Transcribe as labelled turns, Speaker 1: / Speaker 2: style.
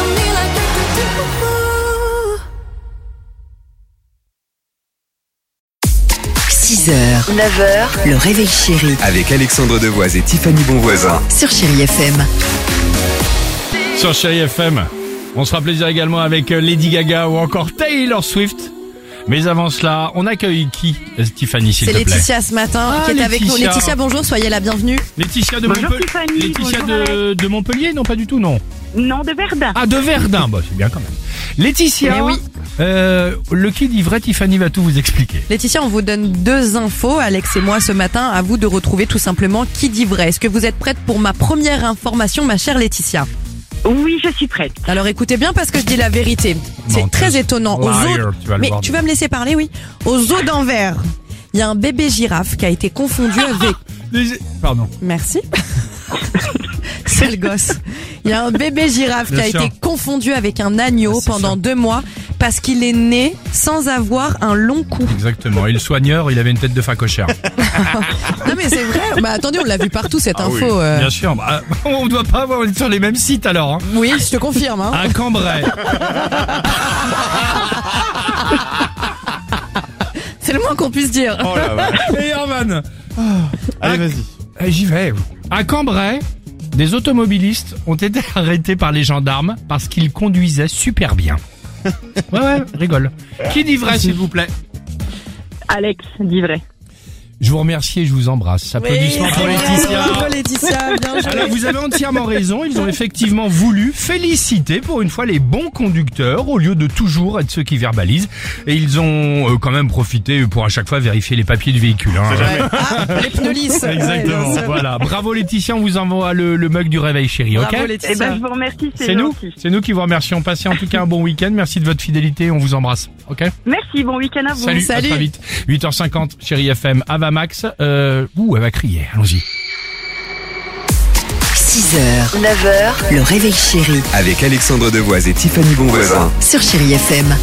Speaker 1: on me like do, do, do, do.
Speaker 2: 6h, 9h, le réveil chéri
Speaker 3: Avec Alexandre Devoise et Tiffany Bonvoisin.
Speaker 2: sur Chérie FM.
Speaker 4: sur Chéri FM. On se fera plaisir également avec euh, Lady Gaga ou encore Taylor Swift. Mais avant cela, on accueille qui, Tiffany, s'il
Speaker 5: C'est
Speaker 4: te plaît
Speaker 5: Laetitia ce matin
Speaker 4: Ah,
Speaker 5: qui est avec nous.
Speaker 4: Laetitia.
Speaker 5: Laetitia, bonjour, soyez la bienvenue.
Speaker 4: Laetitia de
Speaker 6: Bonjour,
Speaker 4: Montpellier.
Speaker 6: Tiffany,
Speaker 4: Laetitia
Speaker 6: bonjour,
Speaker 4: de, de Montpellier, non pas du tout, non.
Speaker 6: Non, de Verdun.
Speaker 4: Ah, de Verdun, bah, c'est bien quand même. Laetitia,
Speaker 5: Mais Eh oui.
Speaker 4: euh, le qui dit vrai, Tiffany va tout vous expliquer.
Speaker 5: Laetitia, on vous donne deux infos, Alex et moi, ce matin. À vous de retrouver tout simplement qui dit vrai. Est-ce que vous êtes prête pour ma première information, ma chère Laetitia
Speaker 6: Oui, je suis prête.
Speaker 5: Alors écoutez bien parce que je dis la vérité. C'est
Speaker 4: Menteuse.
Speaker 5: très étonnant. Aux
Speaker 4: Liar,
Speaker 5: eaux-
Speaker 4: tu vas le
Speaker 5: Mais
Speaker 4: voir.
Speaker 5: tu vas me laisser parler, oui. Aux eaux d'Anvers, il y a un bébé girafe qui a été confondu avec...
Speaker 4: Pardon.
Speaker 5: Merci. Sale gosse. Il y a un bébé girafe
Speaker 4: Bien
Speaker 5: qui a
Speaker 4: sûr. Ah,
Speaker 5: été confondu avec un agneau
Speaker 4: C'est
Speaker 5: pendant
Speaker 4: ça.
Speaker 5: deux mois parce qu'il est né sans avoir un long cou.
Speaker 4: Exactement. Et le soigneur, il avait une tête de facochère.
Speaker 5: Non mais c'est vrai. Bah attendez, on l'a vu partout cette info. euh.
Speaker 4: Ah Bien sûr. bah, on ne doit pas avoir sur les mêmes sites alors. hein.
Speaker 5: Oui, je te confirme. hein.
Speaker 4: À Cambrai.
Speaker 5: C'est le moins qu'on puisse dire.
Speaker 4: Oh, Et Orban Ah. Allez, vas-y. J'y vais. À Cambrai, des automobilistes ont été arrêtés par les gendarmes parce qu'ils conduisaient super bien. Ouais, ouais, rigole. Qui dit vrai, s'il vous plaît
Speaker 6: Alex, dis vrai.
Speaker 4: Je vous remercie et je vous embrasse. Applaudissements pour
Speaker 5: Oui,
Speaker 4: Laetitia.
Speaker 5: bravo, Laetitia, bien joué.
Speaker 4: Alors Ah, vous avez entièrement raison, ils ont effectivement voulu féliciter pour une fois les bons conducteurs au lieu de toujours être ceux qui verbalisent et ils ont euh, quand même profité pour à chaque fois vérifier les papiers du véhicule. hein.
Speaker 5: Ah, les pneus lisses. Ouais,
Speaker 4: Exactement,
Speaker 5: bien sûr.
Speaker 4: voilà. Bravo Laetitia, on vous envoie le, le mug du réveil chéri, ok
Speaker 5: Bravo
Speaker 6: Eh ben,
Speaker 5: Laetitia.
Speaker 6: je vous remercie, c'est
Speaker 4: C'est nous,
Speaker 6: gentil.
Speaker 4: c'est nous qui vous remercions. Passez en tout cas un bon week-end, merci de votre fidélité, on vous embrasse, ok
Speaker 6: Merci, bon week-end à vous.
Speaker 4: Salut, à
Speaker 5: salut.
Speaker 4: très vite. 8h50, chéri FM, Ava Max. Euh, ouh, elle va crier, allons-y.
Speaker 2: 6h, 9h, le réveil chéri
Speaker 3: Avec Alexandre Devoise et Tiffany Bonvoisin.
Speaker 2: sur Chérie FM.